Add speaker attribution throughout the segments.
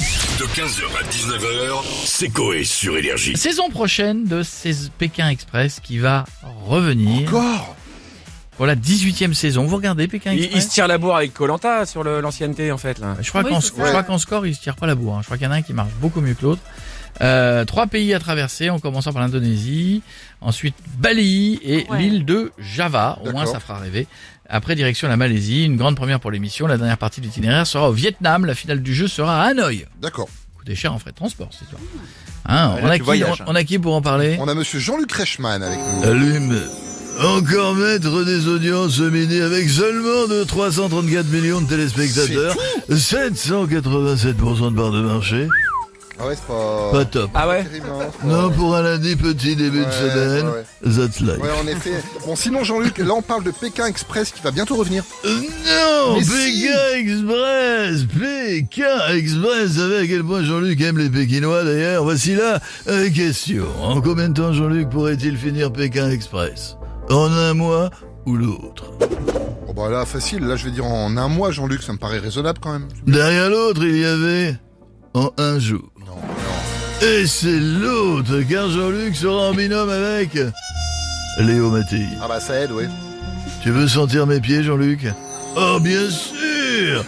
Speaker 1: De 15h à 19h, c'est Coé sur Énergie.
Speaker 2: Saison prochaine de ces Pékin Express qui va revenir.
Speaker 3: Encore
Speaker 2: Pour la 18e saison. Vous regardez Pékin
Speaker 4: Il, il se
Speaker 2: Express
Speaker 4: tire la bourre avec Colanta sur le- l'ancienneté en fait là.
Speaker 2: Je crois
Speaker 5: Oui,
Speaker 2: qu'en
Speaker 5: c'est
Speaker 2: sc-
Speaker 5: ça.
Speaker 2: je crois qu'en score, ils se tirent pas la bourre. hein. Je crois qu'il y en a un qui marche beaucoup mieux que l'autre. Euh, trois pays à traverser, en commençant par l'Indonésie, ensuite Bali et
Speaker 5: Ouais.
Speaker 2: l'île de Java. Au moins,
Speaker 3: D'accord.
Speaker 2: ça fera rêver. Après, direction la Malaisie, une grande première pour l'émission. La dernière partie de l'itinéraire sera au Vietnam. La finale du jeu sera à Hanoï.
Speaker 3: D'accord.
Speaker 2: Coûté cher en frais de transport, c'est histoire. Hein,
Speaker 6: Ouais,
Speaker 2: on,
Speaker 6: là,
Speaker 2: a
Speaker 6: tu
Speaker 2: qui,
Speaker 6: voyages,
Speaker 2: on- on a qui pour en parler
Speaker 3: On a monsieur Jean-Luc Reichmann avec nous.
Speaker 6: Allume. Encore maître des audiences ce midi avec seulement de 334 millions de téléspectateurs, 787% de part de marché.
Speaker 3: Ah ouais, c'est pas.
Speaker 6: Pas top.
Speaker 4: Ah ouais
Speaker 3: terrible, hein, c'est pas-
Speaker 6: Non, pour un lundi petit début de
Speaker 3: Ouais,
Speaker 6: semaine,
Speaker 3: ouais,
Speaker 6: that's life.
Speaker 3: Ouais, en effet. Bon, sinon, Jean-Luc, là, on parle de Pékin Express qui va bientôt revenir.
Speaker 6: Euh, Non
Speaker 3: Mais
Speaker 6: Pékin Express Pékin Express Vous savez à quel point Jean-Luc aime les Pékinois d'ailleurs Voici la euh, question. En combien de temps Jean-Luc pourrait-il finir Pékin Express En un mois ou l'autre
Speaker 3: Bon, bah là, facile. Là, je vais dire en un mois, Jean-Luc, ça me paraît raisonnable quand même.
Speaker 6: Derrière l'autre, il y avait en un jour.
Speaker 3: Non, non.
Speaker 6: Et c'est l'autre, car Jean-Luc sera en binôme avec Léo Mattei.
Speaker 3: Ah bah, ça aide, ouais.
Speaker 6: Tu veux sentir mes pieds, Jean-Luc Oh, bien sûr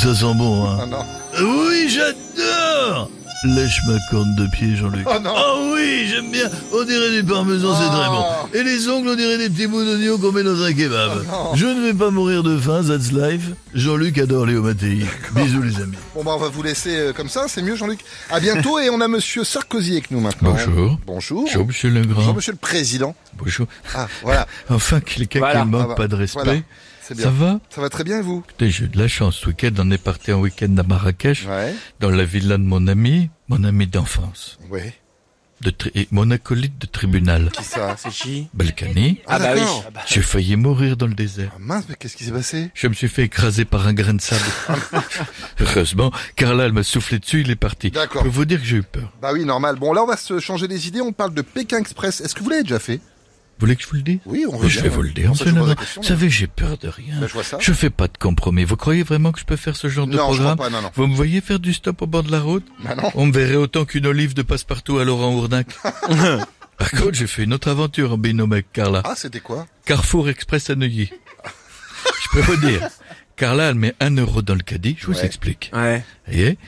Speaker 6: Ça sent bon, hein
Speaker 3: Ah non.
Speaker 6: Oui, j'adore Lèche ma corne de pied, Jean-Luc.
Speaker 3: Oh non.
Speaker 6: Oh oui, j'aime bien On dirait du parmesan, c'est très bon.
Speaker 3: Oh.
Speaker 6: Et les ongles, on dirait des petits bouts d'oignon qu'on met dans un kebab. Je ne vais pas mourir de faim, that's life. Jean-Luc adore Léo Mattei. Bisous, les amis.
Speaker 3: Bon, bah, on va vous laisser euh, comme ça. C'est mieux, Jean-Luc. À bientôt. et on a monsieur Sarkozy avec nous maintenant.
Speaker 2: Bonjour.
Speaker 3: Bonjour.
Speaker 2: Bonjour, monsieur Legrand.
Speaker 3: Bonjour, monsieur le président.
Speaker 2: Bonjour.
Speaker 3: Ah, voilà.
Speaker 2: Enfin, quelqu'un
Speaker 4: Voilà.
Speaker 2: qui ne manque
Speaker 3: Ah bah,
Speaker 2: pas de respect.
Speaker 3: voilà. C'est
Speaker 2: Ça
Speaker 3: bien.
Speaker 2: va
Speaker 3: Ça va très bien, et vous
Speaker 2: Écoutez, j'ai eu de la chance. Ce week-end, on est parti en week-end à Marrakech,
Speaker 3: Ouais.
Speaker 2: dans la villa de mon ami, mon ami d'enfance,
Speaker 3: Ouais.
Speaker 2: de tri- et mon acolyte de tribunal,
Speaker 3: Qui ça
Speaker 4: C'est chi.
Speaker 2: Balkany.
Speaker 3: Ah,
Speaker 4: bah
Speaker 3: d'accord.
Speaker 4: oui.
Speaker 2: J'ai failli mourir dans le désert.
Speaker 3: Ah mince, mais qu'est-ce qui s'est passé
Speaker 2: Je me suis fait écraser par un grain de sable. Heureusement, Carla, elle m'a soufflé dessus, il est parti. Je
Speaker 3: D'accord.
Speaker 2: peux vous dire que j'ai eu peur.
Speaker 3: Bah oui, normal. Bon, là, on va se changer les idées. On parle de Pékin Express. Est-ce que vous l'avez déjà fait
Speaker 2: Vous voulez que je vous le dise
Speaker 3: Oui, on
Speaker 2: Je vais vous le dire,
Speaker 3: Ça,
Speaker 2: monsieur
Speaker 3: je vous
Speaker 2: Legrand.
Speaker 3: pose la question, hein.
Speaker 2: Vous savez, j'ai peur de rien.
Speaker 3: Bah, je vois ça.
Speaker 2: Je fais pas de compromis. Vous croyez vraiment que je peux faire ce genre de
Speaker 3: Non, je crois
Speaker 2: programme
Speaker 3: pas. Non, non.
Speaker 2: Vous me voyez faire du stop au bord de la route
Speaker 3: Bah non.
Speaker 2: On me verrait autant qu'une olive de passe-partout à Laurent Ournac. Par contre, j'ai fait une autre aventure en binôme avec Carla.
Speaker 3: Ah, c'était quoi
Speaker 2: Carrefour Express à Neuilly. Je peux vous dire. Carla, elle met un euro dans le caddie. Je vous
Speaker 3: Ouais.
Speaker 2: explique.
Speaker 4: Ouais.
Speaker 2: Vous voyez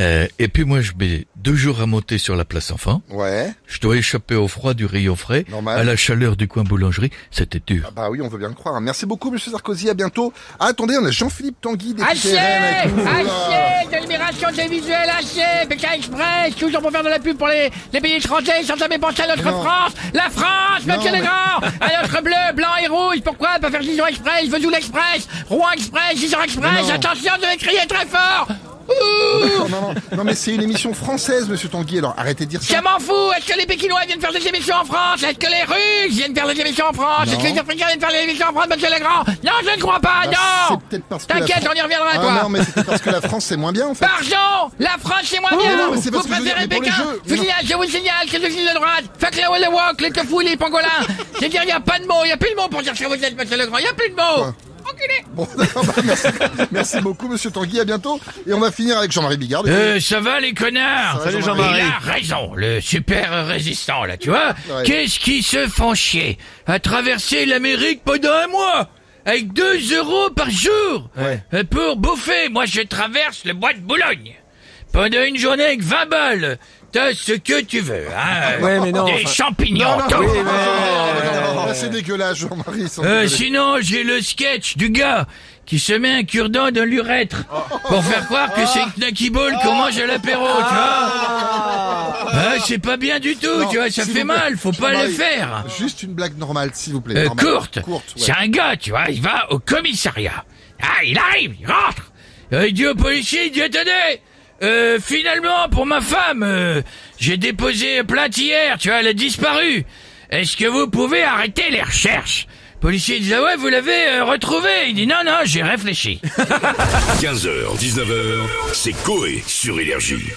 Speaker 2: Euh, et puis moi, je mets deux jours à monter sur la place enfant.
Speaker 3: Ouais.
Speaker 2: Je dois échapper au froid du rayon frais,
Speaker 3: Normal.
Speaker 2: à la chaleur du coin boulangerie. C'était dur.
Speaker 3: Ah Bah oui, on veut bien le croire. Merci beaucoup, monsieur Sarkozy. À bientôt. Ah, attendez, on a Jean-Philippe Tanguy, député RN avec nous. Oh Oula.
Speaker 7: Haché Délibération des visuels, haché Pékin Express, toujours pour faire de la pub pour les, les pays étrangers sans jamais penser à notre
Speaker 3: Non.
Speaker 7: France La France,
Speaker 3: Non,
Speaker 7: monsieur
Speaker 3: mais-
Speaker 7: Legrand À notre bleu, blanc et rouge, pourquoi pas faire Dijon Express, Vesoul Express, Rouen Express, Dijon Express
Speaker 3: Non.
Speaker 7: Attention, je vais crier très fort Ouh
Speaker 3: Non, non, non, mais c'est une émission française, monsieur Tanguy. Alors arrêtez de dire
Speaker 7: Je
Speaker 3: ça.
Speaker 7: m'en fous Est-ce que les Pékinois viennent faire des émissions en France Est-ce que les Russes viennent faire des émissions en France Est-ce que les Africains viennent faire des émissions en France, monsieur Legrand Non, je ne crois pas,
Speaker 3: Bah,
Speaker 7: Ah, non
Speaker 3: C'est peut-être parce que. la
Speaker 7: T'inquiète,
Speaker 3: Fran-
Speaker 7: on y reviendra,
Speaker 3: Ah
Speaker 7: toi
Speaker 3: non, mais c'était parce que la France, c'est moins bien, en fait.
Speaker 7: Pardon La France, c'est moi bien
Speaker 3: Oh, non, mais c'est
Speaker 7: Vous
Speaker 3: parce que je
Speaker 7: préférez
Speaker 3: veux dire, mais pour
Speaker 7: Pékin
Speaker 3: les jeux,
Speaker 7: Je vous
Speaker 3: non.
Speaker 7: signale, je vous signale que je suis de droite Fuck la wall walk, les tofu, les pangolins C'est-à-dire, y a pas de mots, y a plus de mots pour dire ce que vous êtes, monsieur Legrand, y a plus de mots Enculé
Speaker 3: Bon, d'accord, bah, merci, merci beaucoup, monsieur Tanguy. À bientôt. Et on va finir avec Jean-Marie Bigard.
Speaker 2: Euh, ça va les connards
Speaker 3: Salut, Jean-Marie.
Speaker 2: Il a raison, le super résistant là, tu vois
Speaker 3: Ouais.
Speaker 2: Qu'est-ce qui se font chier à traverser l'Amérique pendant un mois avec 2 euros par jour
Speaker 4: Ouais.
Speaker 2: Euh, pour bouffer. Moi, je traverse le bois de Boulogne pendant une journée avec 20 balles. T'as ce que tu veux, hein
Speaker 4: Ouais, mais non,
Speaker 2: Des
Speaker 4: enfin-
Speaker 2: champignons, tout.
Speaker 4: oui,
Speaker 3: Ah,
Speaker 4: mais-
Speaker 3: non, non, non, c'est dégueulasse, Jean-Marie. sans
Speaker 2: Euh,
Speaker 3: déconner.
Speaker 2: sinon, j'ai le sketch du gars qui se met un cure-dent dans l'urètre pour faire croire que c'est une knacky ball qu'on mange à l'apéro, tu vois. Ah, c'est pas bien du tout,
Speaker 3: Non,
Speaker 2: tu vois, ça
Speaker 3: s'il
Speaker 2: fait
Speaker 3: vous plaît.
Speaker 2: mal, faut pas le
Speaker 3: Jean-Marie,
Speaker 2: faire.
Speaker 3: Juste une blague normale, s'il vous plaît.
Speaker 2: Euh,
Speaker 3: normale.
Speaker 2: courte.
Speaker 3: Courte, ouais.
Speaker 2: C'est un gars, tu vois, il va au commissariat. Ah, il arrive, il rentre. Euh, il dit au policier, il dit, attendez, euh, finalement, pour ma femme, euh, j'ai déposé plainte hier, tu vois, elle a disparu. Est-ce que vous pouvez arrêter les recherches Policier dit, ah ouais, vous l'avez euh, retrouvée. Il dit, non, non, j'ai réfléchi.
Speaker 1: 15h, 19h, c'est Coé sur Énergie.